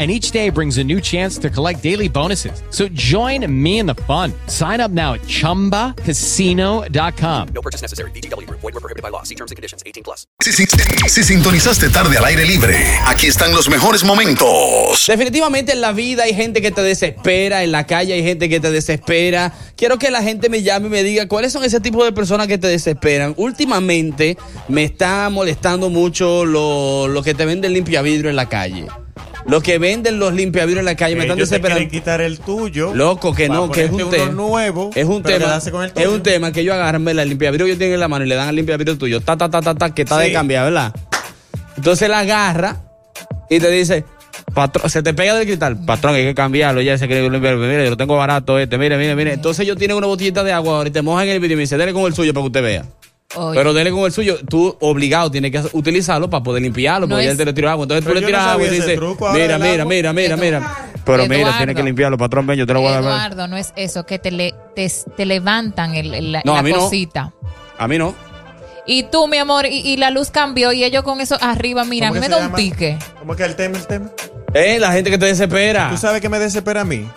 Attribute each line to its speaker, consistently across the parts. Speaker 1: and each day brings a new chance to collect daily bonuses. So join me in the fun. Sign up now at ChumbaCasino.com.
Speaker 2: No purchase necessary. VGW Group. Void were prohibited by law. See terms and conditions. 18 plus.
Speaker 3: Si, si- si sintonizaste tarde al aire libre, aquí están los mejores momentos.
Speaker 4: Definitivamente en la vida hay gente que te desespera, en la calle hay gente que te desespera. Quiero que la gente me llame y me diga cuáles son ese tipo de personas que te desesperan. Últimamente me está molestando mucho lo, lo que te venden limpiavidrio en la calle. Los que venden los limpiavidrios en la calle me están
Speaker 5: Ellos te quieren
Speaker 4: desesperando.
Speaker 5: quitar el tuyo.
Speaker 4: Loco, que
Speaker 5: para
Speaker 4: no, que es un
Speaker 5: ponerte uno
Speaker 4: tema.
Speaker 5: nuevo,
Speaker 4: es un tema.
Speaker 5: pero quedarse con el
Speaker 4: Es
Speaker 5: tuyo.
Speaker 4: un tema que ellos agarran, ¿verdad? El limpiavidrio que tienen en la mano y le dan al limpiavidrio tuyo. Ta, ta, ta, ta, ta, que está de
Speaker 5: Sí.
Speaker 4: cambiar, ¿verdad? Entonces la agarra y te dice, patrón, se te pega del cristal. Patrón, hay que cambiarlo. Ya se cree que lo limpiavidrio. Mire, yo lo tengo barato este. Mire, mire, mire. Entonces ellos tienen una botellita de agua ahora y te mojan el vidrio y me dice, dele con el suyo para que usted vea.
Speaker 6: Oye,
Speaker 4: Pero dele con el suyo, tú obligado tienes que utilizarlo para poder limpiarlo,
Speaker 6: No
Speaker 4: porque ya
Speaker 6: es-
Speaker 4: él te le tiró agua. Entonces tú
Speaker 5: Pero
Speaker 4: le
Speaker 5: yo
Speaker 4: tiras
Speaker 5: no
Speaker 4: agua
Speaker 5: sabía
Speaker 4: y te
Speaker 5: ese
Speaker 4: dice,
Speaker 5: truco ahora
Speaker 4: mira,
Speaker 5: del
Speaker 4: mira,
Speaker 5: agua".
Speaker 4: mira, mira, mira. Pero mira, tienes que
Speaker 6: Eduardo.
Speaker 4: limpiarlo, patrón, ven, yo te lo voy a dar.
Speaker 6: Eduardo, no es eso, que te, le, te, te levantan el, el- la-
Speaker 4: No, a
Speaker 6: la
Speaker 4: mí no.
Speaker 6: cosita.
Speaker 4: A mí no.
Speaker 6: Y tú, mi amor, y, y la luz cambió y ellos con eso arriba, mira, a
Speaker 5: ¿Cómo
Speaker 6: mí
Speaker 5: que
Speaker 6: me
Speaker 5: se
Speaker 6: da un
Speaker 5: llama?
Speaker 6: pique.
Speaker 5: ¿Cómo que el tema, el tema?
Speaker 4: Eh, la gente que te desespera.
Speaker 5: ¿Tú sabes qué me desespera a mí?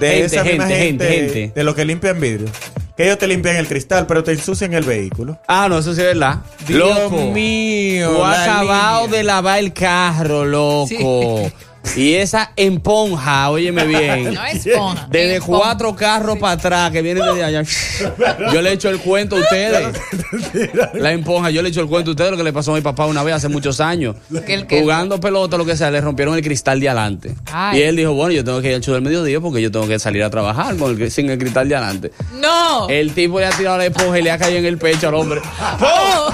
Speaker 5: De
Speaker 4: Ah. Gente,
Speaker 5: esa misma
Speaker 4: gente,
Speaker 5: gente,
Speaker 4: gente, gente.
Speaker 5: De lo que limpian vidrio. Que ellos te limpian el cristal, pero te ensucian el vehículo.
Speaker 4: Ah, no, eso sí es verdad.
Speaker 5: Dios
Speaker 4: loco.
Speaker 5: mío.
Speaker 4: Tú
Speaker 5: la
Speaker 4: acabado
Speaker 5: línea.
Speaker 4: de lavar el carro, loco. Y esa emponja, óyeme bien.
Speaker 6: No es esponja.
Speaker 4: Desde
Speaker 6: es esponja.
Speaker 4: cuatro carros para atrás que vienen desde allá. Yo le he hecho el cuento a ustedes. La emponja, yo le he hecho el cuento a ustedes lo que le pasó a mi papá una vez hace muchos años.
Speaker 6: Que el que-
Speaker 4: Jugando pelota, lo que sea, le rompieron el cristal de adelante.
Speaker 6: Ay.
Speaker 4: Y él dijo, bueno, yo tengo que ir al show del mediodía porque yo tengo que salir a trabajar con el- sin el cristal de adelante.
Speaker 6: No.
Speaker 4: El tipo le ha tirado la esponja y le ha caído en el pecho al hombre.
Speaker 6: Oh,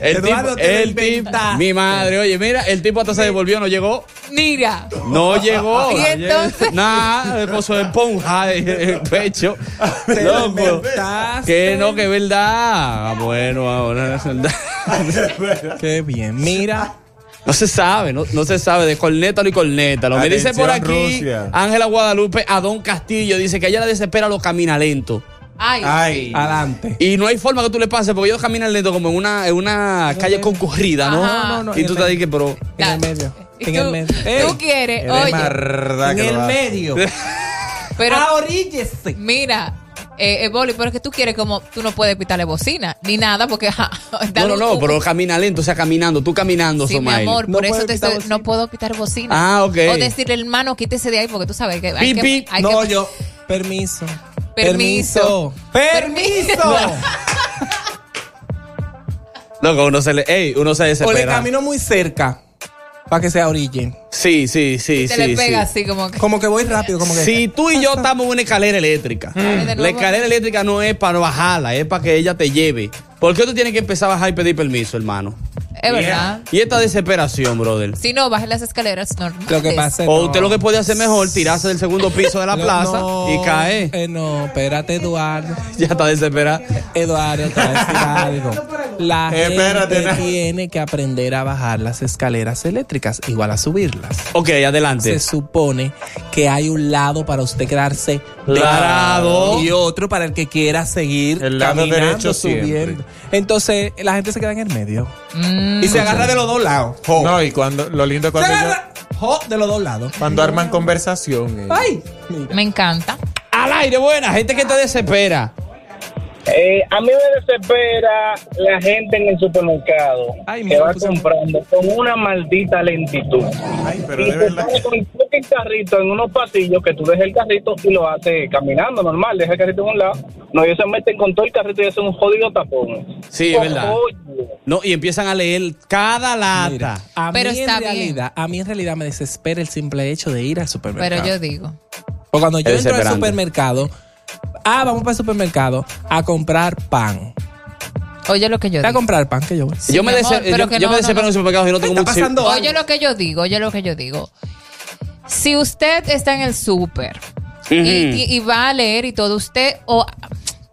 Speaker 4: El
Speaker 5: Eduardo,
Speaker 4: tipo,
Speaker 5: te lo
Speaker 4: el tipo,
Speaker 5: inventaste.
Speaker 4: mi madre, oye, mira, el tipo hasta se devolvió, no llegó,
Speaker 6: Mira.
Speaker 4: no llegó.
Speaker 6: ¿Y entonces?
Speaker 4: Nada, con su esponja de el pecho.
Speaker 5: Te
Speaker 4: Loco.
Speaker 5: lo inventaste.
Speaker 4: Que no, que es verdad. Ah, Bueno, ahora es verdad.
Speaker 7: Qué bien. Mira,
Speaker 4: No se sabe, no, no se sabe de cornétalo y cornétalo. Me dice por
Speaker 5: Atención,
Speaker 4: aquí
Speaker 5: Rusia.
Speaker 4: Ángela Guadalupe a Don Castillo. Dice que a ella la desespera los camina lento.
Speaker 6: Ay.
Speaker 5: Ay.
Speaker 7: adelante.
Speaker 4: Y no hay forma que tú le pases, porque ellos caminan lento como en una, en una calle concurrida, ¿no?
Speaker 6: Ajá.
Speaker 7: No, no,
Speaker 4: y tú
Speaker 7: en
Speaker 4: te
Speaker 7: el-
Speaker 4: dices, pero.
Speaker 7: En el medio.
Speaker 6: Y
Speaker 7: En el
Speaker 6: tú-
Speaker 7: medio.
Speaker 6: Tú quieres,
Speaker 5: Edema
Speaker 6: oye,
Speaker 5: verdad
Speaker 7: En
Speaker 5: que
Speaker 7: el
Speaker 5: lo hace.
Speaker 7: medio. Ah,
Speaker 6: pero
Speaker 7: Ahoríllese.
Speaker 6: mira, eh, eh, Boli, pero es que tú quieres como, tú no puedes quitarle bocina, ni nada, porque... ajá,
Speaker 4: No,
Speaker 6: dale
Speaker 4: no,
Speaker 6: un
Speaker 4: no,
Speaker 6: tuco.
Speaker 4: pero camina lento, o sea, caminando, tú caminando,
Speaker 6: Sí, mi
Speaker 4: Somael.
Speaker 6: amor,
Speaker 7: No
Speaker 6: por
Speaker 7: puedo
Speaker 6: eso te
Speaker 7: quitar
Speaker 6: estoy-
Speaker 7: bocina.
Speaker 6: no puedo quitar bocina.
Speaker 4: Ah, ok.
Speaker 6: O decirle, hermano, quítese de ahí porque tú sabes que hay
Speaker 4: Pi,
Speaker 6: que...
Speaker 4: pi.
Speaker 6: hay
Speaker 7: No,
Speaker 6: que-
Speaker 7: yo. Permiso.
Speaker 6: Permiso.
Speaker 7: Permiso.
Speaker 6: Permiso.
Speaker 4: Loco, uno se le. Ey, uno se
Speaker 7: O
Speaker 4: desespera.
Speaker 7: le camino muy cerca para que se ahorillen.
Speaker 4: Sí, sí, sí,
Speaker 6: Se
Speaker 4: sí.
Speaker 6: le pega
Speaker 4: sí.
Speaker 6: así como que...
Speaker 7: Como que voy rápido, como que.
Speaker 4: Si tú y yo estamos en una escalera eléctrica,
Speaker 6: Ay, Mm. de
Speaker 4: la
Speaker 6: nuevo.
Speaker 4: escalera eléctrica no es para bajarla, es para que ella te lleve. ¿Por qué tú tienes que empezar a bajar y pedir permiso, hermano?
Speaker 6: Es verdad.
Speaker 4: Y esta desesperación, brother.
Speaker 6: Si no, baje las escaleras normales.
Speaker 7: Lo que pasa es
Speaker 4: O
Speaker 7: no.
Speaker 4: usted lo que puede hacer mejor, tirarse del segundo piso de la
Speaker 7: Lo-
Speaker 4: plaza
Speaker 7: no,
Speaker 4: y caer.
Speaker 7: eh, no, espérate, Eduardo.
Speaker 4: Ya está desesperada.
Speaker 7: Eduardo, te voy a decir algo. La
Speaker 5: Espérate,
Speaker 7: gente
Speaker 5: na-
Speaker 7: tiene que aprender a bajar las escaleras eléctricas, igual a subirlas.
Speaker 4: Ok, adelante.
Speaker 7: Se supone que hay un lado para usted quedarse
Speaker 4: Parado.
Speaker 7: parado y otro para el que quiera seguir
Speaker 5: El lado
Speaker 7: caminando,
Speaker 5: derecho siempre.
Speaker 7: subiendo. Entonces la gente se queda en el medio y se agarra de los dos lados. Jo.
Speaker 5: No, y cuando lo lindo es
Speaker 7: Se
Speaker 5: cuando, ellos-
Speaker 7: agarra- jo, de los dos lados.
Speaker 5: cuando arman conversación. ellos.
Speaker 7: Ay, mira.
Speaker 6: Me encanta.
Speaker 4: Al aire, buena, gente que te desespera.
Speaker 8: Eh, a mí me desespera la gente en el supermercado
Speaker 7: Ay,
Speaker 8: que
Speaker 7: mira,
Speaker 8: va
Speaker 7: puse-
Speaker 8: comprando con una maldita lentitud.
Speaker 5: Ay, pero
Speaker 8: y
Speaker 5: de
Speaker 8: se
Speaker 5: verdad.
Speaker 8: pone con el carrito en unos pasillos que tú dejas el carrito y lo haces caminando normal, deja el carrito en un lado. No, ellos se meten con todo el carrito y hacen un jodido tapón.
Speaker 4: Sí, es verdad.
Speaker 8: Oye,
Speaker 4: No, y empiezan a leer cada lata.
Speaker 7: Mira, a mí
Speaker 6: Pero
Speaker 7: en
Speaker 6: está bien.
Speaker 7: realidad, a mí en realidad me desespera el simple hecho de ir al supermercado.
Speaker 6: Pero yo digo.
Speaker 7: O cuando yo
Speaker 4: Es
Speaker 7: entro al
Speaker 4: desesperante.
Speaker 7: supermercado, ah, vamos para el supermercado a comprar pan.
Speaker 6: Oye lo que yo
Speaker 7: Ve a
Speaker 6: digo.
Speaker 7: comprar pan que yo voy.
Speaker 4: yo me,
Speaker 6: mi amor,
Speaker 4: dese-
Speaker 6: pero
Speaker 4: yo,
Speaker 6: que
Speaker 4: yo
Speaker 6: no,
Speaker 4: me
Speaker 6: no,
Speaker 4: desespero
Speaker 6: no.
Speaker 4: en el supermercado y no tengo
Speaker 7: está
Speaker 4: mucho-
Speaker 7: pasando?
Speaker 6: Oye lo que yo digo, oye lo que yo digo. Si usted está en el súper y-
Speaker 4: Ujú.
Speaker 6: y, y va a leer y todo, usted o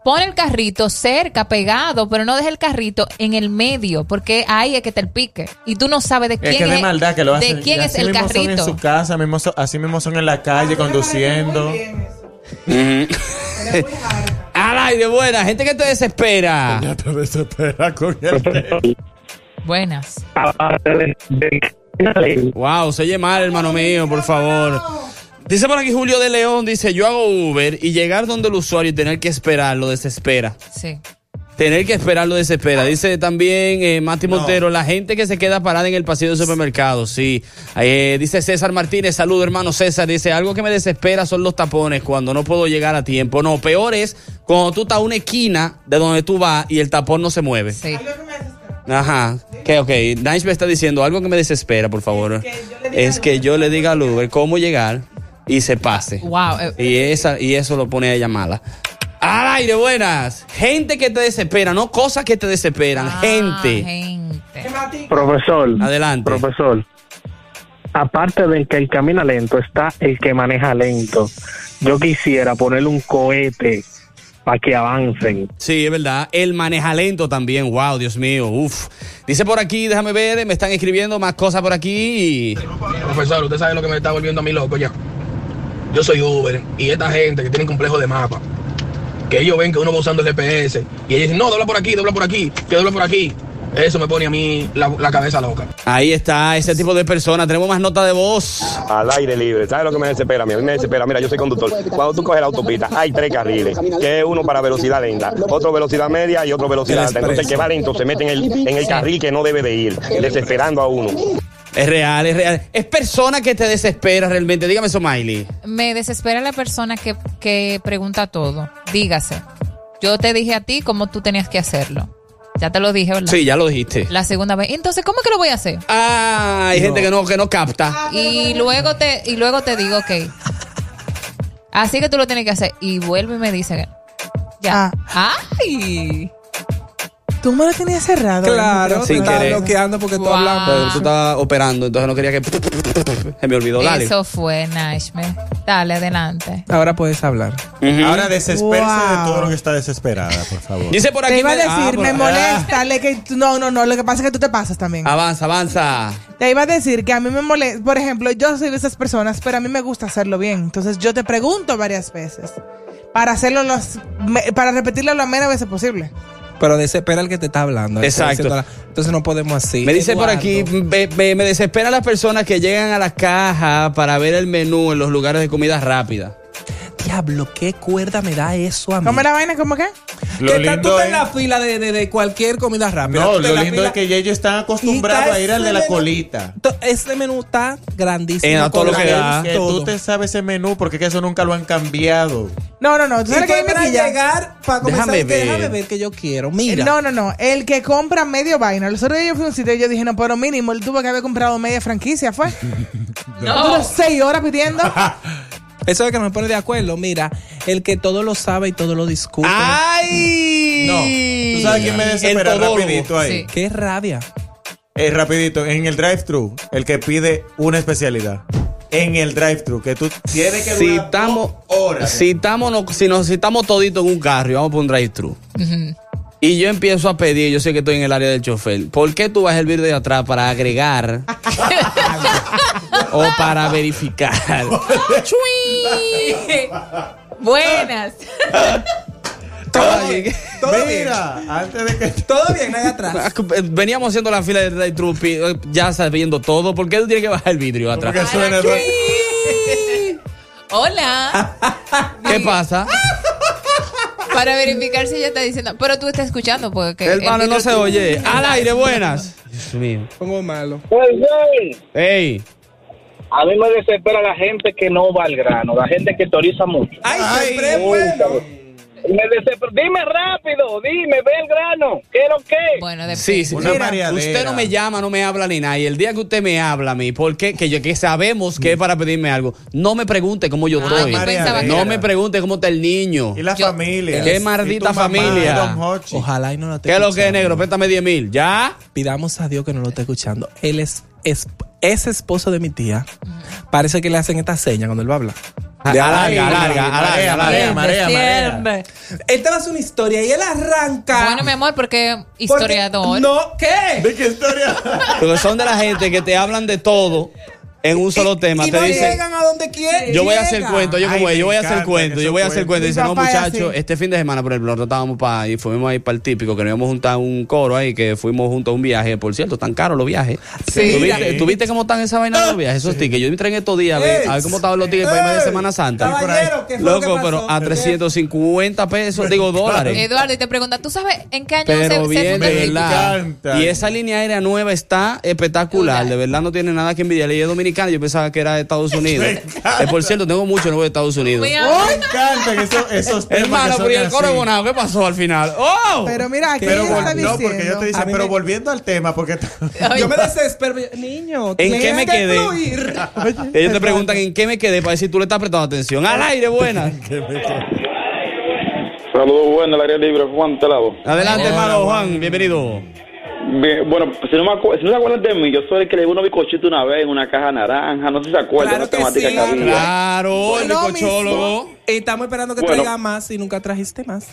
Speaker 6: pone el carrito cerca, pegado, pero no deje el carrito en el medio, porque ahí es que te el pique. Y tú no sabes de quién
Speaker 5: Es
Speaker 6: es,
Speaker 5: que de maldad que lo hacen.
Speaker 6: de
Speaker 5: Y
Speaker 6: quién es
Speaker 5: así
Speaker 6: el
Speaker 5: mismo Son en
Speaker 6: carrito.
Speaker 5: su casa, mismo so- así mismo son en la calle conduciendo.
Speaker 4: Al aire, buena, gente que te desespera.
Speaker 5: Ya te desespera con el
Speaker 6: Buenas.
Speaker 8: ah,
Speaker 4: Wow, se oye mal, hermano mío, por favor. Dice por aquí Julio de León, dice, yo hago Uber y llegar donde el usuario y tener que esperar lo desespera.
Speaker 6: Sí.
Speaker 4: Tener que esperar lo desespera. Dice también eh, Mati Montero, la gente que se queda parada en el pasillo del supermercado, sí. Eh, dice César Martínez, saludo hermano César. Dice, algo que me desespera son los tapones cuando no puedo llegar a tiempo. No, peor es cuando tú estás a una esquina de donde tú vas y el tapón no se mueve.
Speaker 6: Sí.
Speaker 4: Ajá. Que ok. Nice me está diciendo algo que me desespera, por favor. Es que yo le diga al Uber cómo llegar y se pase.
Speaker 6: Wow. eh,
Speaker 4: Y esa, y eso lo pone a ella mala. Al aire, buenas. Gente que te desespera, no cosas que te desesperan.
Speaker 6: ah,
Speaker 4: gente.
Speaker 6: gente.
Speaker 8: Profesor.
Speaker 4: Adelante.
Speaker 8: Profesor. Aparte del que el camina lento, está el que maneja lento. Yo quisiera ponerle un cohete para que avancen.
Speaker 4: Sí, es verdad. El maneja lento también. Wow, Dios mío. Uf. Dice por aquí, déjame ver, me están escribiendo más cosas por aquí.
Speaker 9: Profesor, usted sabe lo que me está volviendo a mí loco ya. Yo soy Uber y esta gente que tiene complejo de mapa, que ellos ven que uno va usando el GPS y ellos dicen, no, dobla por aquí, dobla por aquí, que dobla por aquí. Eso me pone a mí la, la cabeza loca.
Speaker 4: Ahí está, ese tipo de personas. Tenemos más nota de voz.
Speaker 9: Al aire libre, ¿sabes lo que me desespera? A mí A mí me desespera. Mira, yo soy conductor. Cuando tú coges la autopista, hay tres carriles, que es uno para velocidad lenta, otro velocidad media y otro velocidad alta. Entonces el que va lento se mete en el, en el carril que no debe de ir, desesperando a uno.
Speaker 4: Es real, es real. Es persona que te desespera realmente. Dígame eso, Miley.
Speaker 6: Me desespera la persona que, que pregunta todo. Dígase. Yo te dije a ti cómo tú tenías que hacerlo. Ya te lo dije, ¿verdad?
Speaker 4: Sí, ya lo dijiste.
Speaker 6: La segunda vez. Entonces, ¿cómo que lo voy a hacer?
Speaker 4: Ah, hay gente que no, que no capta.
Speaker 6: Y luego te, y luego te digo, ok. Así que tú lo tienes que hacer. Y vuelve y me dice que- Ya. ¡Ay!
Speaker 10: Tú me lo tenías cerrado.
Speaker 7: Claro,
Speaker 4: Sin
Speaker 7: te estaba
Speaker 4: querer.
Speaker 7: bloqueando porque tú
Speaker 6: Guau.
Speaker 7: hablando.
Speaker 4: Pero tú estabas operando, entonces no quería que. Se me olvidó, dale.
Speaker 6: Eso fue, Nashme. Dale, adelante.
Speaker 7: Ahora puedes hablar.
Speaker 4: Ujú.
Speaker 5: Ahora desespérese
Speaker 10: Wow.
Speaker 5: de todo lo que está desesperada, por favor.
Speaker 4: Dice por aquí.
Speaker 10: Te iba a
Speaker 4: me- ah,
Speaker 10: decir,
Speaker 4: por-
Speaker 10: me
Speaker 4: ah.
Speaker 10: molesta. le que, tú- no, no, no. Lo que pasa es que tú te pasas también.
Speaker 4: Avanza, avanza.
Speaker 10: Te iba a decir que a mí me molesta. Por ejemplo, yo soy de esas personas, pero a mí me gusta hacerlo bien. Entonces yo te pregunto varias veces para hacerlo los, me- para repetirlo lo menos veces posible.
Speaker 7: Pero desespera el que te está hablando.
Speaker 4: ah. Exacto.
Speaker 7: Está diciendo la- Entonces no podemos así.
Speaker 4: Me dice por
Speaker 7: Eduardo.
Speaker 4: aquí, me, me- me desesperan las personas que llegan a la caja para ver el menú en los lugares de comida rápida.
Speaker 7: Diablo, qué cuerda me da eso a mí.
Speaker 10: ¿Cómo es la vaina? ¿Cómo qué?
Speaker 5: Lo
Speaker 7: que está, tú
Speaker 5: lindo
Speaker 7: estás
Speaker 5: es-
Speaker 7: en la fila de, de- de cualquier comida rápida.
Speaker 5: No,
Speaker 7: Tú estás
Speaker 5: lo
Speaker 7: en la
Speaker 5: lindo
Speaker 7: fila-
Speaker 5: es que ya ellos están
Speaker 7: Y
Speaker 5: acostumbrados
Speaker 7: está
Speaker 5: a ir al de la
Speaker 7: ese menú-
Speaker 5: colita.
Speaker 7: to- Ese menú está grandísimo.
Speaker 4: Eh, a todo
Speaker 7: con
Speaker 4: lo
Speaker 7: la
Speaker 4: que da.
Speaker 7: carne,
Speaker 5: Que
Speaker 7: todo.
Speaker 5: tú te sabes ese menú porque es que eso nunca lo han cambiado.
Speaker 10: No, no, no. ¿Tú
Speaker 7: Y
Speaker 10: sabes
Speaker 7: tú
Speaker 10: que hay
Speaker 7: esperas
Speaker 10: mejillas?
Speaker 7: llegar para comenzar
Speaker 4: Déjame
Speaker 7: y que
Speaker 4: ver.
Speaker 7: déjame ver que yo quiero. Mira.
Speaker 10: Eh, No, no, no. El que compra medio vaina. Los otros días yo fui a un sitio y yo dije, no, pero mínimo, él tuvo que haber comprado media franquicia, ¿fue? no. Duró seis horas pidiendo.
Speaker 7: Eso es que nos pone de acuerdo. Mira, el que todo lo sabe y todo lo discute.
Speaker 5: Ah.
Speaker 4: ¡Ay!
Speaker 5: No. ¿Tú sabes quién me desespera
Speaker 4: El todólogo.
Speaker 5: rapidito ahí?
Speaker 6: Sí.
Speaker 7: ¡Qué rabia!
Speaker 5: Eh, rapidito, en el drive-thru, el que pide una especialidad. En el drive-thru, que tú tienes que
Speaker 4: Si
Speaker 5: durar
Speaker 4: estamos,
Speaker 5: dos horas.
Speaker 4: si estamos, no- si nos si estamos toditos en un carro y vamos por un drive-thru. Y yo empiezo a pedir, yo sé que estoy en el área del chofer. ¿Por qué tú vas a hervir de atrás para agregar o para verificar?
Speaker 6: ¡Chui! Buenas.
Speaker 4: Oye,
Speaker 7: Todo
Speaker 5: Mira, antes de que...
Speaker 7: bien. Todo bien, nada atrás.
Speaker 4: Veníamos haciendo la fila del drive-thru pi- ya sabiendo todo. ¿Por qué tú tienes que bajar el vidrio atrás?
Speaker 5: Porque suena el-
Speaker 6: Chui. Hola.
Speaker 4: ¿Qué pasa?
Speaker 6: Para verificar si ella está diciendo. Pero tú estás escuchando porque.
Speaker 4: El
Speaker 6: el
Speaker 4: Hermano, no
Speaker 6: video-
Speaker 4: se oye. Al aire, buenas. Dios mío.
Speaker 7: Pongo malo.
Speaker 11: Pues,
Speaker 4: Ey.
Speaker 8: A mí me
Speaker 10: Ah.
Speaker 8: desespera la gente que no va al grano, la gente que teoriza mucho.
Speaker 7: ¡Ay, siempre es bueno!
Speaker 11: Me desesper- Dime rápido, dime, ve el grano. ¿Qué es lo que?
Speaker 6: Bueno,
Speaker 4: Sí, sí. Mira, usted no me llama, no me habla ni nada. Y el día que usted me habla a mí, porque que yo que sabemos que es para pedirme algo, no me pregunte cómo yo
Speaker 5: Ah,
Speaker 4: estoy.
Speaker 5: yo pensaba que
Speaker 4: no
Speaker 5: era.
Speaker 4: me pregunte cómo está el niño.
Speaker 5: Y la familia.
Speaker 4: Qué maldita
Speaker 5: Y tu mamá,
Speaker 4: familia.
Speaker 5: Don Hochi.
Speaker 7: Ojalá y no lo esté
Speaker 4: ¿Qué es lo que es,
Speaker 7: escuchando.
Speaker 4: negro? Préstame 10 mil. ¿Ya?
Speaker 7: Pidamos a Dios que no lo esté escuchando. Él es, es, es esposo de mi tía. Parece que le hacen esta seña cuando él va a hablar. De
Speaker 4: alarga,
Speaker 7: ay,
Speaker 4: alarga,
Speaker 7: ay,
Speaker 4: alarga, alarga.
Speaker 7: marea. Él te va a hacer una historia y él arranca.
Speaker 6: Bueno, mi amor, porque
Speaker 7: Porque-
Speaker 6: historiador.
Speaker 7: No, ¿qué? ¿De qué historia?
Speaker 4: Porque son de la gente que te hablan de todo en un solo tema.
Speaker 7: Eh, y
Speaker 4: te
Speaker 7: no
Speaker 4: dicen,
Speaker 7: llegan a donde quieren.
Speaker 4: Yo voy a hacer
Speaker 7: llegan.
Speaker 4: cuento, yo como
Speaker 7: Ay,
Speaker 4: es, yo
Speaker 7: me
Speaker 4: voy a hacer
Speaker 7: encanta
Speaker 4: cuento,
Speaker 7: que
Speaker 4: yo voy a
Speaker 7: esos
Speaker 4: hacer cuento.
Speaker 7: cuentos.
Speaker 4: Dice, no
Speaker 7: Mi papá es
Speaker 4: muchachos,
Speaker 7: así.
Speaker 4: este fin de semana, por ejemplo, nosotros estábamos para ahí, fuimos ahí para el típico, que nos íbamos a juntar a un coro ahí, que fuimos juntos a un viaje, por cierto, tan caros los viajes.
Speaker 7: Sí.
Speaker 4: ¿Tú viste, tú viste cómo están esa vaina de los viajes? Esos tickets, yo entré en estos días a
Speaker 7: Eh.
Speaker 4: ver, a ver cómo estaban los tickets para irme de Semana Santa.
Speaker 7: caballero, Eh. ¿qué fue lo que
Speaker 4: Loco, pero a 350 pesos, digo dólares.
Speaker 6: Eduardo, y te pregunta, ¿tú sabes en qué año se,
Speaker 4: Pero
Speaker 6: se
Speaker 4: bien,
Speaker 6: fundó
Speaker 4: de
Speaker 6: el equipo?
Speaker 4: verdad. Y esa línea aérea nueva está espectacular. De verdad no tiene nada que envidiar. Ella es dominicana, yo pensaba que era de Estados Unidos. Eh, por cierto, tengo mucho nuevo de Estados Unidos.
Speaker 6: Mi amor.
Speaker 5: Me encantan esos, esos temas.
Speaker 4: Hermano,
Speaker 5: que son
Speaker 4: pero ¿y el
Speaker 5: así.
Speaker 4: coro abonado? ¿Qué pasó al final? ¡Oh!
Speaker 10: Pero mira, aquí
Speaker 5: Pero
Speaker 10: ella
Speaker 5: vol-
Speaker 10: está
Speaker 5: no,
Speaker 10: diciendo.
Speaker 5: porque yo te
Speaker 10: A
Speaker 5: dicen,
Speaker 10: mí
Speaker 5: pero
Speaker 10: me-
Speaker 5: volviendo al tema, porque t-
Speaker 7: Yo me desespero. Niño,
Speaker 4: ¿En
Speaker 7: tienes
Speaker 4: qué me
Speaker 7: que
Speaker 4: quedé?
Speaker 7: fluir.
Speaker 4: Ellos te preguntan en qué me quedé para decir tú le estás prestando atención. ¡Al aire, buena!
Speaker 12: Saludos, bueno, el área libre, Juan Telado.
Speaker 4: Adelante, hermano Juan, bienvenido.
Speaker 12: Bien, bueno, si no, me acu- si no se acuerdan de mí, yo soy el que le di unos bizcochitos una vez en una caja naranja, no sé si se acuerdan de la temática que había.
Speaker 4: Claro,
Speaker 7: el bizcochólogo. Estamos esperando que
Speaker 12: Bueno.
Speaker 7: traiga más y nunca trajiste más.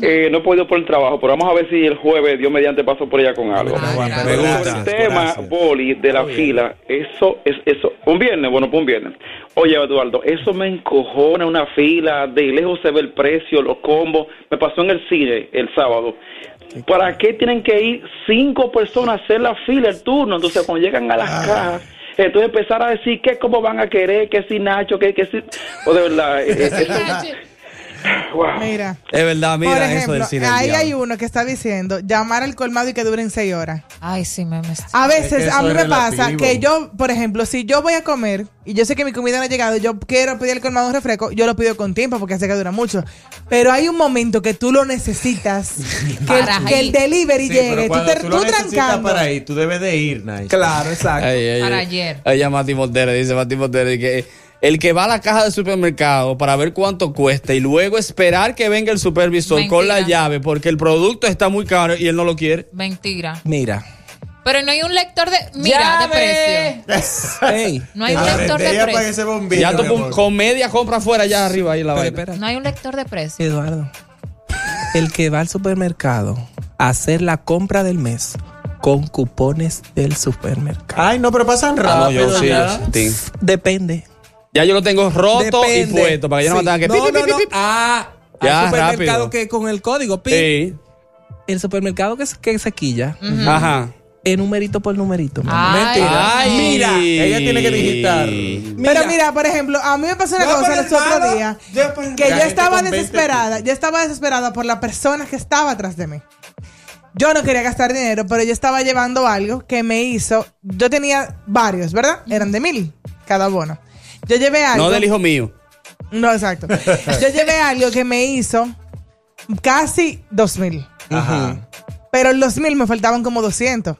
Speaker 12: Eh, no he podido por el trabajo, pero vamos a ver si el jueves, Dios mediante, paso por allá con
Speaker 10: Ah,
Speaker 12: algo.
Speaker 5: me
Speaker 12: Sobre
Speaker 5: gusta.
Speaker 12: el tema boli de la fila, eso es eso. Un viernes, bueno, pues un viernes. Oye, Eduardo, eso me encojona una fila, de lejos se ve el precio, los combos. Me pasó en el cine el sábado. ¿Para qué tienen que ir cinco personas a hacer la fila el turno? Entonces, cuando llegan a las cajas. Entonces empezar a decir que cómo van a querer, que si Nacho, que, que si... O de verdad, eh, eh, eso- wow.
Speaker 10: Mira.
Speaker 4: Es verdad, mira
Speaker 10: Por
Speaker 4: eso del
Speaker 10: ejemplo,
Speaker 4: cine. del
Speaker 10: ahí
Speaker 4: diablo.
Speaker 10: hay uno que está diciendo llamar al colmado y que duren seis horas.
Speaker 6: Ay, sí, me, me-
Speaker 10: A
Speaker 6: Es que
Speaker 10: veces,
Speaker 6: eso
Speaker 10: a mí
Speaker 6: es
Speaker 10: me pasa
Speaker 6: relativo.
Speaker 10: que yo, por ejemplo, si yo voy a comer y yo sé que mi comida no ha llegado, yo quiero pedir al colmado un refresco, yo lo pido con tiempo porque sé que dura mucho. Pero hay un momento que tú lo necesitas, que,
Speaker 6: Para
Speaker 10: que el
Speaker 6: ir.
Speaker 10: delivery
Speaker 5: Sí, pero
Speaker 10: llegue, tú,
Speaker 5: cuando
Speaker 10: te-
Speaker 5: tú lo
Speaker 10: tú
Speaker 5: necesitas
Speaker 10: trancando.
Speaker 5: para ahí, tú debes de ir, Nice.
Speaker 7: Claro, exacto.
Speaker 4: Ay, ay,
Speaker 6: Para
Speaker 4: ay.
Speaker 6: ayer.
Speaker 4: Ella Mati Montero, dice Mati Montero, y que el que va a la caja del supermercado para ver cuánto cuesta y luego esperar que venga el supervisor con la llave porque el producto está muy caro y él no lo quiere.
Speaker 6: mentira.
Speaker 7: Mira.
Speaker 6: Pero no hay un lector de. Mira, de precio. No hay un lector de precio.
Speaker 4: Ya tú con, con media compra afuera, ya arriba, ahí la vaina.
Speaker 6: No hay un lector de precio.
Speaker 7: Eduardo, el que va al supermercado a hacer la compra del mes con cupones del supermercado.
Speaker 5: Ay, no, pero pasan rápido.
Speaker 4: Ah, no, yo sí,
Speaker 5: ya.
Speaker 4: yo sí.
Speaker 7: Depende.
Speaker 4: Ya yo lo tengo roto y
Speaker 7: Depende.
Speaker 4: puesto para que yo no me
Speaker 7: Sí.
Speaker 4: tenga que.
Speaker 7: No,
Speaker 4: pi, pi,
Speaker 7: no,
Speaker 4: pi,
Speaker 7: no.
Speaker 4: pi, pi.
Speaker 7: Ah,
Speaker 4: Ya,
Speaker 7: al supermercado
Speaker 4: rápido.
Speaker 7: que con el código PIN.
Speaker 4: Sí. Mm.
Speaker 7: El supermercado que se, que se quilla.
Speaker 4: Ujú. Ajá.
Speaker 7: En numerito por numerito. mi amor.
Speaker 6: Ay.
Speaker 7: Mentira.
Speaker 4: Ay.
Speaker 7: Mira.
Speaker 5: Ella tiene que digitar.
Speaker 10: Pero mira, por ejemplo, a mí me pasó una
Speaker 7: Yo por
Speaker 10: cosa
Speaker 7: el
Speaker 10: los otros
Speaker 7: lado,
Speaker 10: días
Speaker 7: yo por el-
Speaker 10: que yo
Speaker 7: Gente
Speaker 10: estaba
Speaker 7: con 20
Speaker 10: desesperada. Yo estaba desesperada por la persona que estaba atrás de mí. Yo no quería gastar dinero, pero yo estaba llevando algo que me hizo. Yo tenía varios, ¿verdad? Eran de mil cada bono. Yo llevé algo.
Speaker 4: No del hijo mío.
Speaker 10: No, exacto. Yo llevé algo que me hizo casi dos mil.
Speaker 7: Ajá.
Speaker 10: Pero en los mil me faltaban como 200.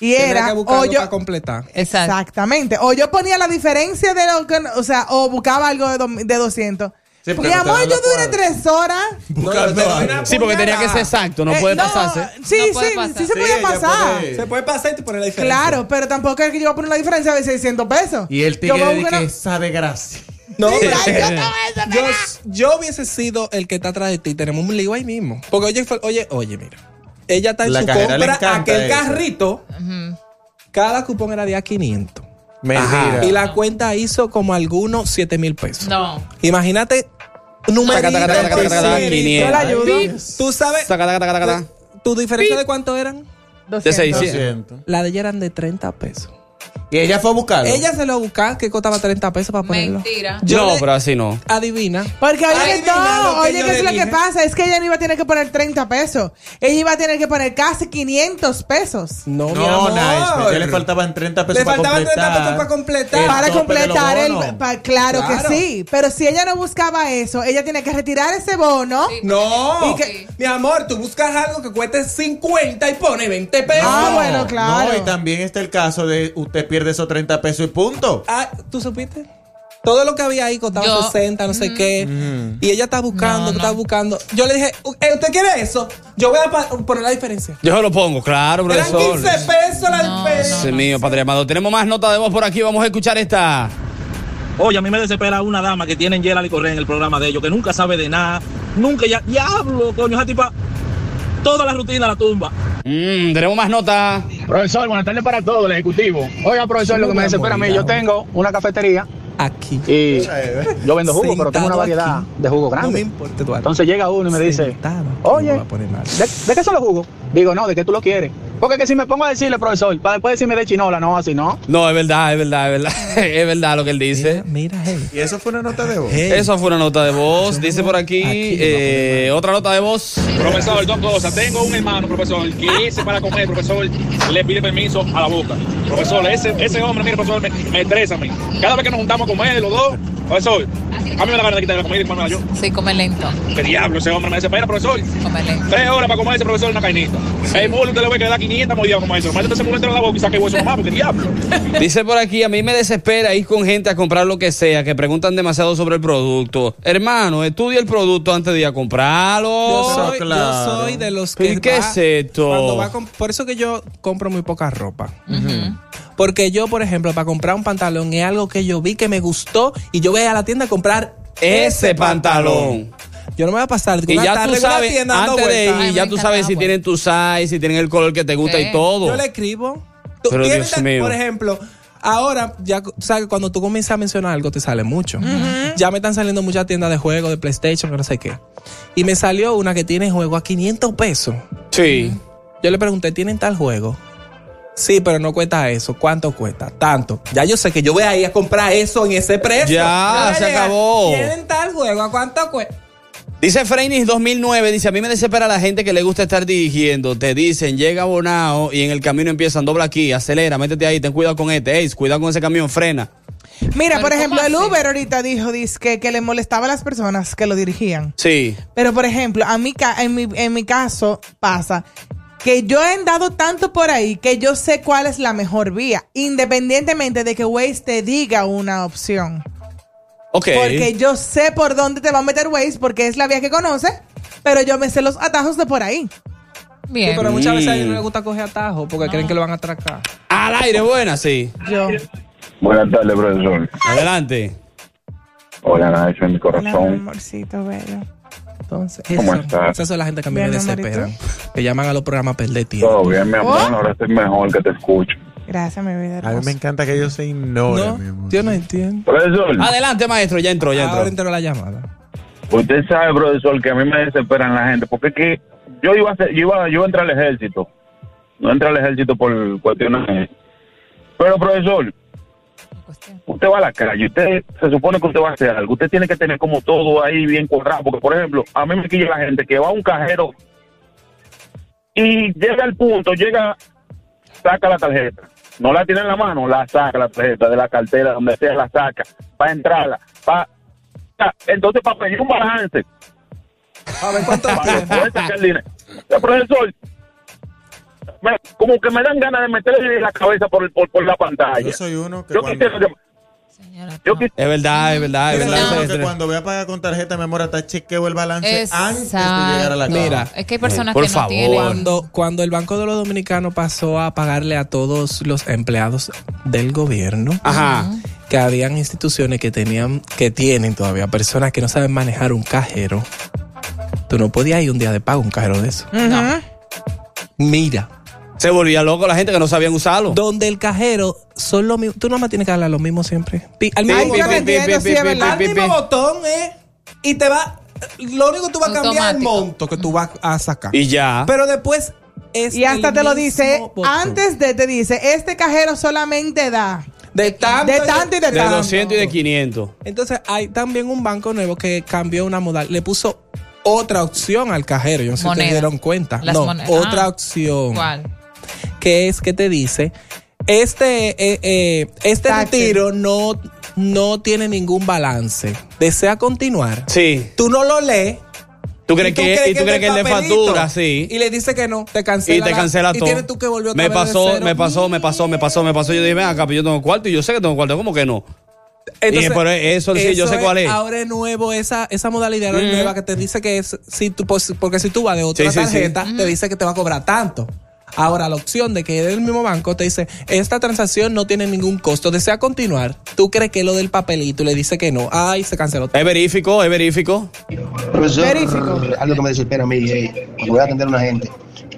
Speaker 10: Y
Speaker 7: Tenía
Speaker 10: era.
Speaker 7: que
Speaker 10: O
Speaker 7: buscarlo
Speaker 10: yo,
Speaker 7: para completar.
Speaker 10: Exactamente. O yo ponía la diferencia de lo que. O sea, o buscaba algo de, dos- de 200.
Speaker 5: Sí, pero
Speaker 10: Mi
Speaker 5: no te
Speaker 10: amor,
Speaker 5: dan
Speaker 10: yo
Speaker 5: los
Speaker 10: duré
Speaker 5: cuadros.
Speaker 10: tres horas.
Speaker 5: Buscando algo.
Speaker 4: Sí, porque tenía que ser exacto, no
Speaker 10: Eh,
Speaker 4: puede pasarse.
Speaker 10: Sí,
Speaker 6: No
Speaker 10: sí,
Speaker 6: puede
Speaker 10: sí,
Speaker 6: pasar.
Speaker 10: se puede
Speaker 5: ella
Speaker 10: pasar.
Speaker 5: puede-
Speaker 7: Se puede pasar y te pones la diferencia.
Speaker 10: Claro, pero tampoco es que yo voy a poner la diferencia de 600 pesos.
Speaker 5: Y el
Speaker 10: Yo voy a
Speaker 5: tigre dice
Speaker 10: buscar-
Speaker 5: que sabe gracia.
Speaker 7: No, pero-
Speaker 10: Ay, yo te voy a decir-
Speaker 7: yo, yo hubiese sido el que está atrás de ti. Tenemos un lío ahí mismo. Porque oye, fue- oye, oye, mira. Ella está en
Speaker 5: La
Speaker 7: su
Speaker 5: cajera le
Speaker 7: compra
Speaker 5: encanta
Speaker 7: aquel
Speaker 5: eso.
Speaker 7: carrito. Cada cupón era de a 500.
Speaker 5: Mentira.
Speaker 7: Y la cuenta hizo como algunos 7 mil pesos.
Speaker 6: No.
Speaker 7: Imagínate. Numerito,
Speaker 4: Taca, taca, taca, taca, taca, taca,
Speaker 7: numerito.
Speaker 4: 500.
Speaker 10: Yo la ayudo.
Speaker 7: Pi, Tú sabes.
Speaker 4: Saca, taca, taca, taca.
Speaker 7: ¿Tu diferencia de cuánto eran?
Speaker 4: De
Speaker 10: 200.
Speaker 4: 600.
Speaker 5: 200.
Speaker 7: La de ella eran de 30 pesos.
Speaker 5: Y ella fue a buscarlo.
Speaker 7: Ella se lo buscaba, que costaba 30 pesos para ponerlo.
Speaker 6: Mentira.
Speaker 7: Yo
Speaker 4: no,
Speaker 7: le-
Speaker 4: pero así no.
Speaker 7: Adivina.
Speaker 10: Porque oye,
Speaker 7: Adivina
Speaker 10: que todo,
Speaker 7: lo que
Speaker 10: oye,
Speaker 7: yo
Speaker 10: que
Speaker 7: le
Speaker 10: es lo
Speaker 7: dije.
Speaker 10: que pasa, es que ella no iba a tener que poner 30 pesos, ella iba a tener que poner casi 500 pesos.
Speaker 7: No,
Speaker 10: mi amor.
Speaker 5: nice. Ya le faltaban 30 pesos
Speaker 10: Le
Speaker 5: para
Speaker 10: faltaban 30
Speaker 5: completar.
Speaker 10: pesos para
Speaker 5: el
Speaker 10: Para
Speaker 5: tope
Speaker 10: completar
Speaker 5: de
Speaker 10: el...
Speaker 5: los bonos.
Speaker 10: pa- claro,
Speaker 5: Claro.
Speaker 10: que sí, pero si ella no buscaba eso, ella tiene que retirar ese bono.
Speaker 13: No,
Speaker 10: Y que-
Speaker 13: mi amor, tú buscas algo que cueste 50 y pone 20
Speaker 7: Ah,
Speaker 13: pesos.
Speaker 5: No, No, y también está el caso de usted pierde esos 30 pesos y punto.
Speaker 13: Ah, ¿Tú supiste?
Speaker 7: Todo lo que había ahí costaba
Speaker 13: Yo-
Speaker 7: 60, no sé qué. Y ella está buscando, está buscando. Yo le dije, "U- eh, ¿usted quiere eso? Yo voy a pa- poner la diferencia.
Speaker 4: Yo se lo pongo, claro,
Speaker 7: Eran
Speaker 4: profesor.
Speaker 7: 15
Speaker 13: pesos la diferencia.
Speaker 4: Dios mío, Padre Amado. Tenemos más nota de voz por aquí. Vamos a escuchar esta.
Speaker 14: Oye, a mí me desespera una dama que tienen Yela y Correa en el programa de ellos, que nunca sabe de nada, nunca ya. ¡Diablo, coño! Esa tipa, toda la rutina la tumba.
Speaker 4: Mm, tenemos más nota.
Speaker 9: Profesor, buenas tardes para todos, el ejecutivo. Oiga, profesor, lo que me desespera a mí, yo tengo una cafetería.
Speaker 7: Aquí.
Speaker 9: Y yo vendo jugo, pero tengo una
Speaker 7: Sentado
Speaker 9: variedad
Speaker 7: aquí.
Speaker 9: de jugos
Speaker 7: No me
Speaker 9: grandes.
Speaker 7: importa, Eduardo.
Speaker 9: Entonces llega uno y me dice, oye, ¿de, de qué son los jugos? Digo, no, ¿de qué tú los quieres? Porque que si me pongo a decirle, profesor, para después decirme de chinola, no, así no.
Speaker 4: No, es verdad, es verdad, es verdad. es verdad lo que él dice.
Speaker 7: Mira, hey.
Speaker 5: Y eso fue una nota de voz.
Speaker 4: Eso fue una nota de voz. Dice por aquí eh, otra nota de voz.
Speaker 9: Profesor, dos cosas. Tengo un hermano, profesor, que ese para comer, profesor, le pide permiso a la boca. Profesor, ese, ese hombre, mire, profesor, me, me estresa a mí. Cada vez que nos juntamos a comer, los dos, profesor, a mí me da ganas de quitar la comida y comérmela yo.
Speaker 6: Sí, come lento.
Speaker 9: ¿Qué diablo ese hombre me desespera, profesor?
Speaker 6: Come lento.
Speaker 9: Tres horas para comer ese profesor una cainita. El muro usted le voy a quedar 500 mordidas como eso. Métete ese muro entre la boca y saque hueso mamá, porque diablo.
Speaker 4: Dice por aquí, a mí me desespera ir con gente a comprar lo que sea, que preguntan demasiado sobre el producto. Hermano, estudia el producto antes de ir a comprarlo.
Speaker 7: Yo soy, yo soy de los que.
Speaker 4: ¿Y qué
Speaker 7: va-
Speaker 4: es esto?
Speaker 7: cuando va a comp- por eso que yo compro muy poca ropa. Porque yo, por ejemplo, para comprar un pantalón es algo que yo vi que me gustó y yo voy a la tienda a comprar
Speaker 4: Ese pantalón.
Speaker 7: Yo no me voy a pasar
Speaker 4: Y
Speaker 7: una
Speaker 4: ya tú
Speaker 7: tarde en una
Speaker 4: sabes,
Speaker 7: tienda dando
Speaker 4: antes de
Speaker 7: vueltas.
Speaker 4: ir, ya tú sabes si tienen tu size, si tienen el color que te gusta y todo.
Speaker 7: Yo le escribo. Tú
Speaker 4: Pero
Speaker 7: tienes
Speaker 4: Dios
Speaker 7: la-
Speaker 4: mío.
Speaker 7: Por ejemplo, ahora, ya o sea, que cuando tú comienzas a mencionar algo, te sale mucho. Ya me están saliendo muchas tiendas de juegos, de PlayStation, que no sé qué. Y me salió una que tiene juego a 500 pesos.
Speaker 4: Sí.
Speaker 7: Yo le pregunté, ¿tienen tal juego? Sí, pero no cuesta eso. ¿Cuánto cuesta? Tanto. Ya yo sé que yo voy a ir a comprar eso en ese precio.
Speaker 4: Ya,
Speaker 7: Yo voy a
Speaker 4: se
Speaker 7: llegar,
Speaker 4: acabó.
Speaker 7: ¿Tienen tal juego? ¿A cuánto cuesta?
Speaker 4: Dice Freinis 2009, dice, a mí me desespera la gente que le gusta estar dirigiendo. Te dicen, llega abonado y en el camino empiezan, dobla aquí, acelera, métete ahí, ten cuidado con este, Ace, cuidado con ese camión, frena.
Speaker 10: Mira, por ejemplo, el Uber ahorita dijo dizque, que le molestaba a las personas que lo dirigían.
Speaker 4: Sí.
Speaker 10: Pero, por ejemplo, a mí, ca- en, mi, en mi caso pasa que yo he andado tanto por ahí que yo sé cuál es la mejor vía, independientemente de que Waze te diga una opción.
Speaker 4: Ok.
Speaker 10: Porque yo sé por dónde te va a meter Waze, porque es la vía que conoce, pero yo me sé los atajos de por ahí.
Speaker 7: Sí, pero muchas veces a ellos no
Speaker 4: Mm.
Speaker 7: les gusta coger atajos porque creen que lo van a atracar.
Speaker 4: Al aire, buena, sí.
Speaker 10: Yo.
Speaker 15: Buenas tardes, profesor.
Speaker 4: Adelante.
Speaker 15: Hola, Nacho, en mi corazón.
Speaker 10: amorcito bello.
Speaker 7: Entonces,
Speaker 15: ¿Cómo
Speaker 7: eso-
Speaker 15: estás?
Speaker 7: esas son las gente que a mí
Speaker 10: Bien,
Speaker 7: me
Speaker 10: amorito.
Speaker 7: desesperan. Que llaman a los programas a perder tiempo.
Speaker 15: Todo bien, mi amor. Ahora estoy mejor que te escucho.
Speaker 10: Gracias, mi vida.
Speaker 5: A mí me encanta que ellos se
Speaker 4: Oh,
Speaker 5: ignoren.
Speaker 7: No, yo no entiendo.
Speaker 15: Profesor,
Speaker 4: Adelante, maestro, ya entró, ya entró.
Speaker 7: Ahora entró la llamada.
Speaker 15: usted sabe, profesor, que a mí me desesperan la gente. Porque es que yo iba a, ser- yo iba, yo iba a entrar al ejército. No entré al ejército por cuestiones. Pero, profesor, usted va a la calle. Usted se supone que usted va a hacer algo. Usted tiene que tener como todo ahí bien cuadrado. Porque, por ejemplo, a mí me quilla la gente que va a un cajero y llega al punto, llega saca la tarjeta. No la tiene en la mano, la saca la tarjeta de la cartera, donde sea, la saca. Para entrarla. Pa, Ah, entonces, para pedir un balance.
Speaker 7: A ver cuánto
Speaker 15: Profesor, me- como que me dan ganas de meterle la cabeza por, el- por, por la pantalla.
Speaker 5: Yo soy uno que
Speaker 15: Yo
Speaker 5: cuando-
Speaker 15: quisiera que- yo quisiera-
Speaker 4: Es verdad, es verdad, es
Speaker 5: Yo
Speaker 4: verdad.
Speaker 5: soy
Speaker 4: es
Speaker 5: uno que
Speaker 4: verdad.
Speaker 5: cuando voy a pagar con tarjeta, mi amor, hasta chequeo el balance
Speaker 6: Exacto.
Speaker 5: antes de llegar a la casa.
Speaker 7: Mira,
Speaker 6: Es que hay personas
Speaker 4: Por
Speaker 6: que no
Speaker 4: favor.
Speaker 6: tienen.
Speaker 7: Cuando, cuando el Banco de los Dominicanos pasó a pagarle a todos los empleados del gobierno,
Speaker 4: Ajá.
Speaker 7: que habían instituciones que tenían, que tienen todavía personas que no saben manejar un cajero. Tú no podías ir un día de pago a un cajero de eso. Mira.
Speaker 4: Se volvía loco la gente que no sabían usarlo.
Speaker 7: Donde el cajero son los mismos. Tú nomás tienes que darle a los mismos siempre. Pi- al
Speaker 4: Sí,
Speaker 7: mismo
Speaker 4: pi,
Speaker 7: botón.
Speaker 4: pi, pi, pi, pi,
Speaker 7: Al
Speaker 4: pi, pi,
Speaker 7: mismo
Speaker 4: pi.
Speaker 7: botón, eh. Y te va. Lo único que tú vas a cambiar es el
Speaker 6: Automático.
Speaker 7: monto que tú vas a sacar.
Speaker 4: Y ya.
Speaker 7: Pero después
Speaker 10: Es y hasta
Speaker 13: el
Speaker 10: te lo
Speaker 13: mismo
Speaker 10: dice,
Speaker 13: botón.
Speaker 10: antes de te dice, este cajero solamente da
Speaker 4: De
Speaker 10: tanto, de tanto y de,
Speaker 4: De
Speaker 10: tanto.
Speaker 4: 200 y de 500.
Speaker 7: Entonces hay también un banco nuevo que cambió una modal, le puso otra opción al cajero. Yo no sé si
Speaker 13: Monedas.
Speaker 7: te dieron cuenta.
Speaker 13: Las
Speaker 7: no,
Speaker 13: monedas.
Speaker 7: otra
Speaker 13: Ah.
Speaker 7: opción.
Speaker 13: ¿Cuál?
Speaker 7: Que es que te dice, este, eh, eh, este
Speaker 13: Taxi.
Speaker 7: retiro no, no tiene ningún balance. Desea continuar.
Speaker 4: Sí.
Speaker 7: Tú no lo lees.
Speaker 4: ¿Tú crees
Speaker 7: y
Speaker 4: que- y tú
Speaker 7: es
Speaker 4: crees que
Speaker 7: del
Speaker 4: el de
Speaker 7: papelito.
Speaker 4: factura, sí.
Speaker 7: Y le dice que no, te cancela.
Speaker 4: y te
Speaker 7: la-
Speaker 4: cancela todo.
Speaker 7: Y tienes tú que volver otra
Speaker 4: me
Speaker 7: vez de
Speaker 4: pasó,
Speaker 7: cero.
Speaker 4: me pasó, me pasó, me pasó, me pasó. Yo dije, ven acá, pero yo tengo cuarto y yo sé que tengo cuarto. ¿Cómo que no?
Speaker 7: Entonces,
Speaker 4: y, pero eso, sí, yo sé
Speaker 7: es-
Speaker 4: cuál es.
Speaker 7: Ahora es nuevo esa, esa modalidad
Speaker 4: Mm.
Speaker 7: nueva que te dice que es si tú pos- porque si tú vas de otra
Speaker 4: Sí, sí, sí.
Speaker 7: tarjeta te dice que te va a cobrar tanto. Ahora la opción de que es del mismo banco te dice esta transacción no tiene ningún costo, desea continuar. Tú crees que es lo del papelito y le dice que no. Ay, se canceló.
Speaker 4: Es verifico, es verifico.
Speaker 16: Profesor, algo que me desespera a mí es cuando eh, voy a atender a una gente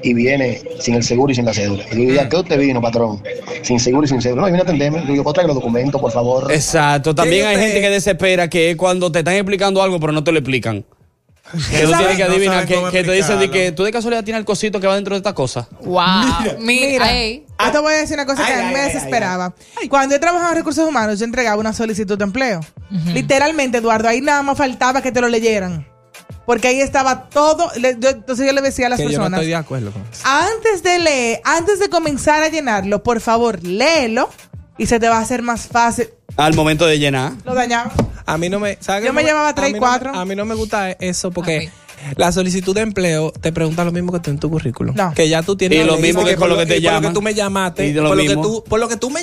Speaker 16: y viene sin el seguro y sin la cédula. Y yo digo, ¿ya qué usted vino, patrón? Sin seguro y sin cédula. No, vine a atenderme. Yo digo, pues, traiga los documentos, por favor.
Speaker 4: Exacto. También hay gente que desespera que es cuando te están explicando algo, pero no te lo explican. Que tú
Speaker 6: saben-
Speaker 4: tienes que
Speaker 6: no
Speaker 4: adivinar,
Speaker 6: saben
Speaker 4: que,
Speaker 6: cómo
Speaker 4: que te dicen de
Speaker 6: explicarlo.
Speaker 4: que tú de casualidad tienes el cosito que va dentro de esta cosa.
Speaker 6: Wow. Mira, ey.
Speaker 10: Yo Ah, te voy a decir una cosa que a mí me desesperaba. Cuando yo trabajaba en recursos humanos, yo entregaba una solicitud de empleo. Literalmente, Eduardo, ahí nada más faltaba que te lo leyeran. Porque ahí estaba todo. le- yo- entonces yo le decía a las
Speaker 7: que yo no
Speaker 10: personas.
Speaker 7: estoy de acuerdo. con-
Speaker 10: Antes de leer, antes de comenzar a llenarlo, por favor, léelo y se te va a hacer más fácil.
Speaker 4: Al momento de llenar.
Speaker 10: Lo dañaba.
Speaker 7: A mí no me. ¿sabes
Speaker 10: Yo
Speaker 7: qué
Speaker 10: me
Speaker 7: no
Speaker 10: llevaba
Speaker 7: a
Speaker 10: tres y
Speaker 7: mí no me-
Speaker 10: cuatro.
Speaker 7: a mí no me gusta eso porque la solicitud de empleo te pregunta lo mismo que está en tu currículum.
Speaker 10: No.
Speaker 7: Que ya tú tienes.
Speaker 4: Y lo
Speaker 7: dice
Speaker 4: mismo que con lo que te
Speaker 7: y por
Speaker 4: llaman.
Speaker 7: tú me llamaste.
Speaker 4: Y de lo
Speaker 7: por,
Speaker 4: mismo.
Speaker 7: Lo que tú, por lo que tú me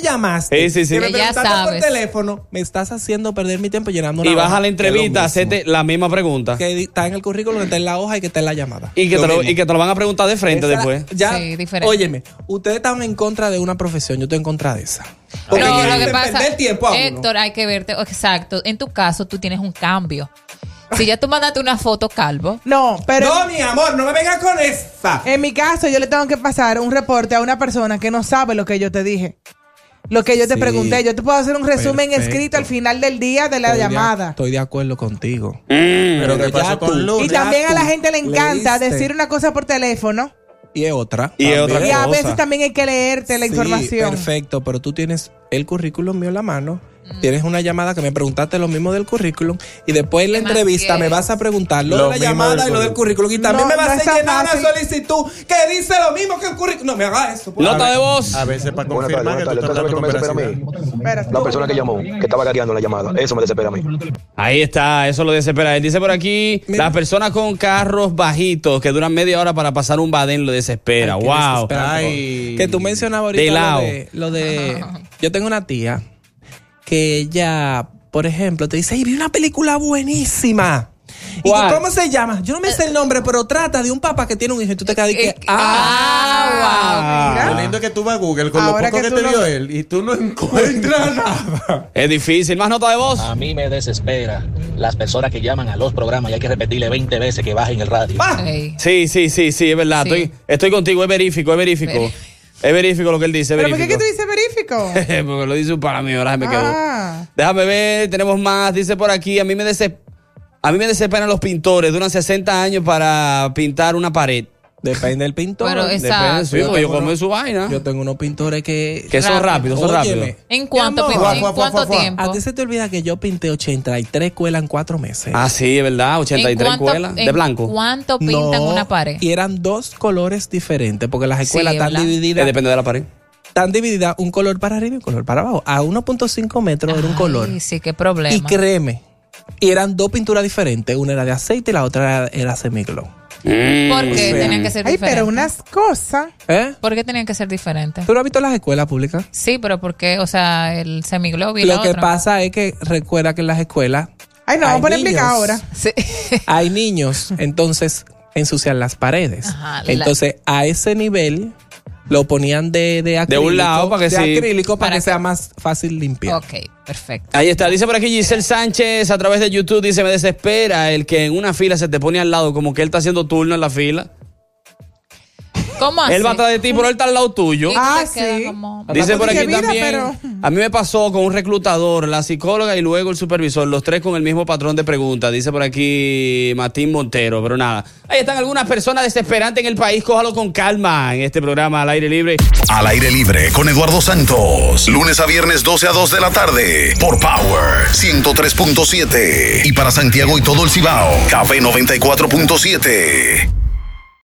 Speaker 4: Sí,
Speaker 7: llamaste.
Speaker 4: sí, sí.
Speaker 7: que me
Speaker 4: Que ya
Speaker 7: preguntaste
Speaker 4: sabes.
Speaker 7: por teléfono. Me estás haciendo perder mi tiempo llenando una
Speaker 4: Y vas
Speaker 7: hoja.
Speaker 4: a la entrevista,
Speaker 7: Que lo mismo.
Speaker 4: hacerte la misma pregunta.
Speaker 7: Que di- está en el currículum, que está en la hoja y que está en la llamada.
Speaker 4: Y que, te lo,
Speaker 7: mismo.
Speaker 4: y que te lo van a preguntar de frente
Speaker 7: Esa-
Speaker 4: después.
Speaker 7: Ya,
Speaker 6: Sí, diferente.
Speaker 7: Óyeme, ustedes están en contra de una profesión, yo estoy en contra de esa. Porque
Speaker 6: No,
Speaker 7: quieren
Speaker 6: lo que pasa,
Speaker 7: perder tiempo a uno.
Speaker 6: Héctor, hay que verte. Exacto. En tu caso, tú tienes un cambio. Si ya tú mandaste una foto calvo.
Speaker 10: No, pero.
Speaker 6: No, mi amor, no me vengas
Speaker 10: con esa. En mi caso, yo le tengo que pasar un reporte a una persona que no sabe lo que yo te dije. Lo que yo te
Speaker 7: Sí.
Speaker 10: pregunté. Yo te puedo hacer un resumen
Speaker 7: Perfecto.
Speaker 10: escrito al final del día de la
Speaker 7: Estoy de-
Speaker 10: llamada.
Speaker 7: estoy de acuerdo contigo.
Speaker 4: Mm. Pero
Speaker 7: que ya tú-
Speaker 10: y
Speaker 7: ya
Speaker 10: también a la
Speaker 7: tú
Speaker 10: gente le encanta
Speaker 7: leíste.
Speaker 10: decir una cosa por teléfono.
Speaker 7: Y es otra.
Speaker 4: Y es
Speaker 7: también.
Speaker 4: otra
Speaker 10: Y a veces también hay que leerte la
Speaker 7: Sí,
Speaker 10: información.
Speaker 7: Perfecto, pero tú tienes el currículum mío en la mano. Tienes una llamada que me preguntaste lo mismo del currículum y después en la
Speaker 13: ¿Qué más
Speaker 7: entrevista me
Speaker 13: quieres?
Speaker 7: vas a preguntar lo,
Speaker 13: Lo
Speaker 7: de la
Speaker 13: mismo
Speaker 7: llamada
Speaker 13: del
Speaker 7: y lo del currículum y también
Speaker 13: No,
Speaker 7: me vas
Speaker 13: no está
Speaker 7: a llenar
Speaker 13: fácil.
Speaker 7: una solicitud que dice lo mismo que el currículum. No me hagas eso. por favor.
Speaker 5: A veces para
Speaker 17: Buenas tardes,
Speaker 5: confirmar que
Speaker 17: buenas
Speaker 5: tú
Speaker 17: tardes.
Speaker 5: estás
Speaker 17: ¿Tú sabes
Speaker 5: hablando
Speaker 17: qué me
Speaker 5: con
Speaker 17: desespera a
Speaker 5: veracidad.
Speaker 17: mí? La persona que llamó, que estaba gateando la llamada. Eso me desespera a mí.
Speaker 4: Ahí está, eso lo desespera. Él dice por aquí, las personas con carros bajitos que duran media hora para pasar un badén lo desespera.
Speaker 7: Ay, qué
Speaker 4: wow.
Speaker 7: desesperante. este, Que tú mencionabas ahorita
Speaker 4: De lado.
Speaker 7: lo de, lo de- Yo tengo una tía que ella, por ejemplo, te dice, ¡ay, vi una película buenísima! ¿Y tú,
Speaker 13: ¿Cuál?
Speaker 7: cómo se llama? Yo no me sé el nombre, pero trata de un papá que tiene un hijo y tú te quedas de
Speaker 6: Eh,
Speaker 7: que...
Speaker 5: Ah,
Speaker 7: ¡Ah!
Speaker 5: Lo lindo es que tú vas a Google con
Speaker 7: Ahora
Speaker 5: lo poco
Speaker 7: que
Speaker 5: que,
Speaker 7: tú
Speaker 5: te
Speaker 7: no-
Speaker 5: dio él y tú no encuentras nada.
Speaker 4: Es difícil. Más nota de voz.
Speaker 18: A mí me desespera las personas que llaman a los programas y hay que repetirle 20 veces que bajen el radio.
Speaker 7: ah".
Speaker 6: Eh.
Speaker 4: Sí, sí, sí, sí, es verdad.
Speaker 18: Sí.
Speaker 4: Estoy, estoy contigo, es verífico, es verífico. Es verífico lo que él dice. es
Speaker 10: ¿Pero por qué que
Speaker 4: verífico.
Speaker 10: tú dices verífico?
Speaker 4: Porque lo dice un para mí, ahora se me quedó.
Speaker 10: Ah.
Speaker 4: Déjame ver, tenemos más. Dice por aquí, a mí me desesp- A mí me desesperan los pintores. Duran 60 años para pintar una pared.
Speaker 7: Depende del pintor.
Speaker 6: Pero
Speaker 4: Depende,
Speaker 6: exacto.
Speaker 4: sí, porque yo como su vaina.
Speaker 7: Yo tengo unos pintores que...
Speaker 4: Que son rápidos, son
Speaker 7: Óyeme,
Speaker 4: rápidos.
Speaker 6: ¿En cuánto,
Speaker 7: Mi
Speaker 6: pe-
Speaker 7: amor,
Speaker 6: ¿en
Speaker 7: fuá, fuá,
Speaker 6: cuánto
Speaker 7: fuá, fuá.
Speaker 6: tiempo?
Speaker 7: A ti se te olvida que yo pinté 83 cuelas en cuatro meses.
Speaker 4: Ah, sí, es verdad. 83
Speaker 6: cuánto-
Speaker 4: escuelas. De
Speaker 6: en
Speaker 4: blanco.
Speaker 6: ¿Cuánto pintan
Speaker 7: No,
Speaker 6: una pared?
Speaker 7: Y eran dos colores diferentes, porque las escuelas
Speaker 6: Sí,
Speaker 7: están
Speaker 6: ¿verdad?
Speaker 7: divididas.
Speaker 4: Eh, depende de la pared.
Speaker 7: Están divididas un color para arriba y un color para abajo. A 1.5 metros era un color.
Speaker 6: Sí, sí, qué problema.
Speaker 7: Y créeme, y eran dos pinturas diferentes. Una era de aceite y la otra era, era semiglow.
Speaker 6: ¿Por
Speaker 4: Mm.
Speaker 7: O
Speaker 6: qué
Speaker 7: sea,
Speaker 6: tenían que ser
Speaker 10: Ay,
Speaker 6: diferentes?
Speaker 10: pero unas cosas.
Speaker 7: ¿Eh?
Speaker 6: ¿Por qué tenían que ser diferentes?
Speaker 7: ¿Tú no has visto las escuelas públicas?
Speaker 6: Sí, pero ¿por qué? O sea, el semiglobo y
Speaker 7: Lo
Speaker 6: la
Speaker 7: que
Speaker 6: otra.
Speaker 7: pasa es que recuerda que en las escuelas
Speaker 10: Ay, no,
Speaker 7: Hay
Speaker 10: vamos a poner
Speaker 7: niños.
Speaker 10: explicar ahora.
Speaker 7: hay niños, entonces ensucian las paredes.
Speaker 10: Ajá, la-
Speaker 7: entonces a ese nivel lo ponían de, de acrílico.
Speaker 4: lado para que
Speaker 7: de
Speaker 4: sí.
Speaker 7: acrílico para, que sea más fácil limpiar.
Speaker 6: Ok, perfecto.
Speaker 4: Ahí está, dice por aquí Giselle Sánchez a través de YouTube, dice, me desespera el que en una fila se te pone al lado, como que él está haciendo turno en la fila.
Speaker 19: ¿Cómo así?
Speaker 7: Él va atrás de ti, pero él está al lado tuyo.
Speaker 20: Ah, sí.
Speaker 7: Dice por aquí
Speaker 20: Dije, mira,
Speaker 7: también.
Speaker 20: pero-
Speaker 7: A mí me pasó con un reclutador, la psicóloga y luego el supervisor, los tres con el mismo patrón de preguntas. Dice por aquí Martín Montero, pero nada. Ahí están algunas personas desesperantes en el país. Cójalo con calma en este programa al aire libre.
Speaker 3: Al aire libre con Eduardo Santos. Lunes a viernes 12 a 2 de la tarde por Power 103.7. Y para Santiago y todo el Cibao, Café 94.7.